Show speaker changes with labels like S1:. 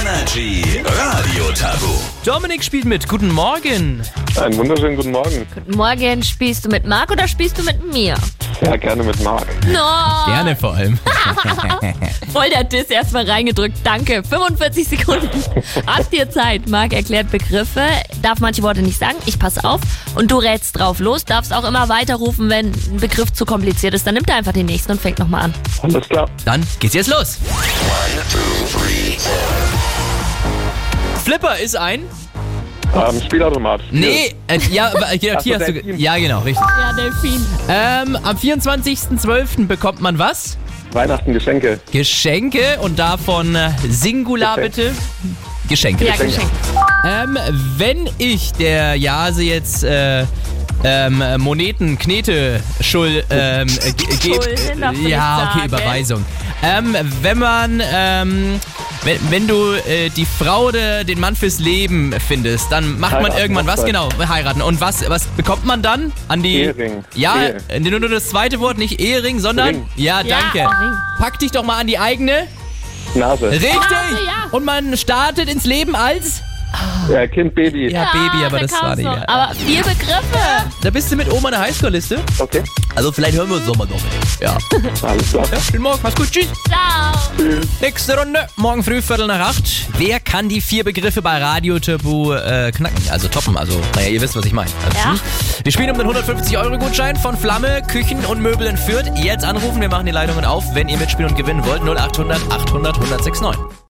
S1: Energy Radio Tabu.
S2: Dominik spielt mit. Guten Morgen.
S3: Einen wunderschönen guten Morgen.
S4: Guten Morgen, spielst du mit Marc oder spielst du mit mir?
S3: Ja, gerne mit Marc.
S4: No!
S2: Gerne vor allem.
S4: Voll der Diss erstmal reingedrückt. Danke. 45 Sekunden. Habt ihr Zeit? Marc erklärt Begriffe, darf manche Worte nicht sagen. Ich pass auf und du rätst drauf los. Darfst auch immer weiterrufen, wenn ein Begriff zu kompliziert ist. Dann nimmt er einfach den nächsten und fängt nochmal an.
S3: Alles klar.
S2: Dann geht's jetzt los. Flipper ist ein.
S3: Ähm, Spielautomat.
S2: Nee, äh, ja, aber, äh, genau,
S3: Ach so,
S2: hier hast du. ge-
S3: Delfin.
S2: Ja, genau, richtig.
S4: Ja, Delfin.
S2: Ähm, am 24.12. bekommt man was?
S3: Weihnachten Geschenke.
S2: Geschenke und davon äh, Singular
S3: Geschenk.
S2: bitte. Geschenke.
S4: Ja, geschenkt.
S2: Ähm, wenn ich der Jase jetzt äh, ähm, Moneten, Knete, Schuld, ähm, äh, ge- gebe.
S4: Schulden darfst du
S2: Ja,
S4: nicht
S2: okay,
S4: sagen.
S2: Überweisung. Ähm, wenn man, ähm, wenn, wenn du äh, die Frau oder den Mann fürs Leben findest, dann macht man
S3: Heiraten,
S2: irgendwann was,
S3: Hochzeit.
S2: genau, heiraten. Und was, was bekommt man dann an die...
S3: Ehering.
S2: Ja,
S3: Ehe.
S2: äh, nur nur das zweite Wort, nicht Ehering, sondern...
S3: Ring.
S2: Ja, danke.
S4: Ja, Ring.
S2: Pack dich doch mal an die eigene.
S3: Nase.
S2: Richtig.
S4: Nase, ja.
S2: Und man startet ins Leben als...
S3: Ja, Äh, kind, Baby.
S2: Ja, Baby, aber
S4: da
S2: das war
S4: kam's
S2: nicht...
S4: noch. Aber vier Begriffe.
S2: Da bist du mit Oma in der Highscore-Liste.
S3: Okay.
S2: Also vielleicht hören wir uns nochmal noch. Ja.
S3: Alles klar.
S2: ja. Schönen Morgen, mach's gut, tschüss.
S4: Ciao.
S2: Nächste Runde, morgen früh, Viertel nach acht. Wer kann die vier Begriffe bei Radio Turbo äh, knacken? Also toppen, also, naja, ihr wisst, was ich meine. Also,
S4: Ja.
S2: hm. Wir spielen um den 150-Euro-Gutschein von Flamme, Küchen und Möbel in Fürth. Jetzt anrufen, wir machen die Leitungen auf, wenn ihr mitspielen und gewinnen wollt. 0800 800 1069.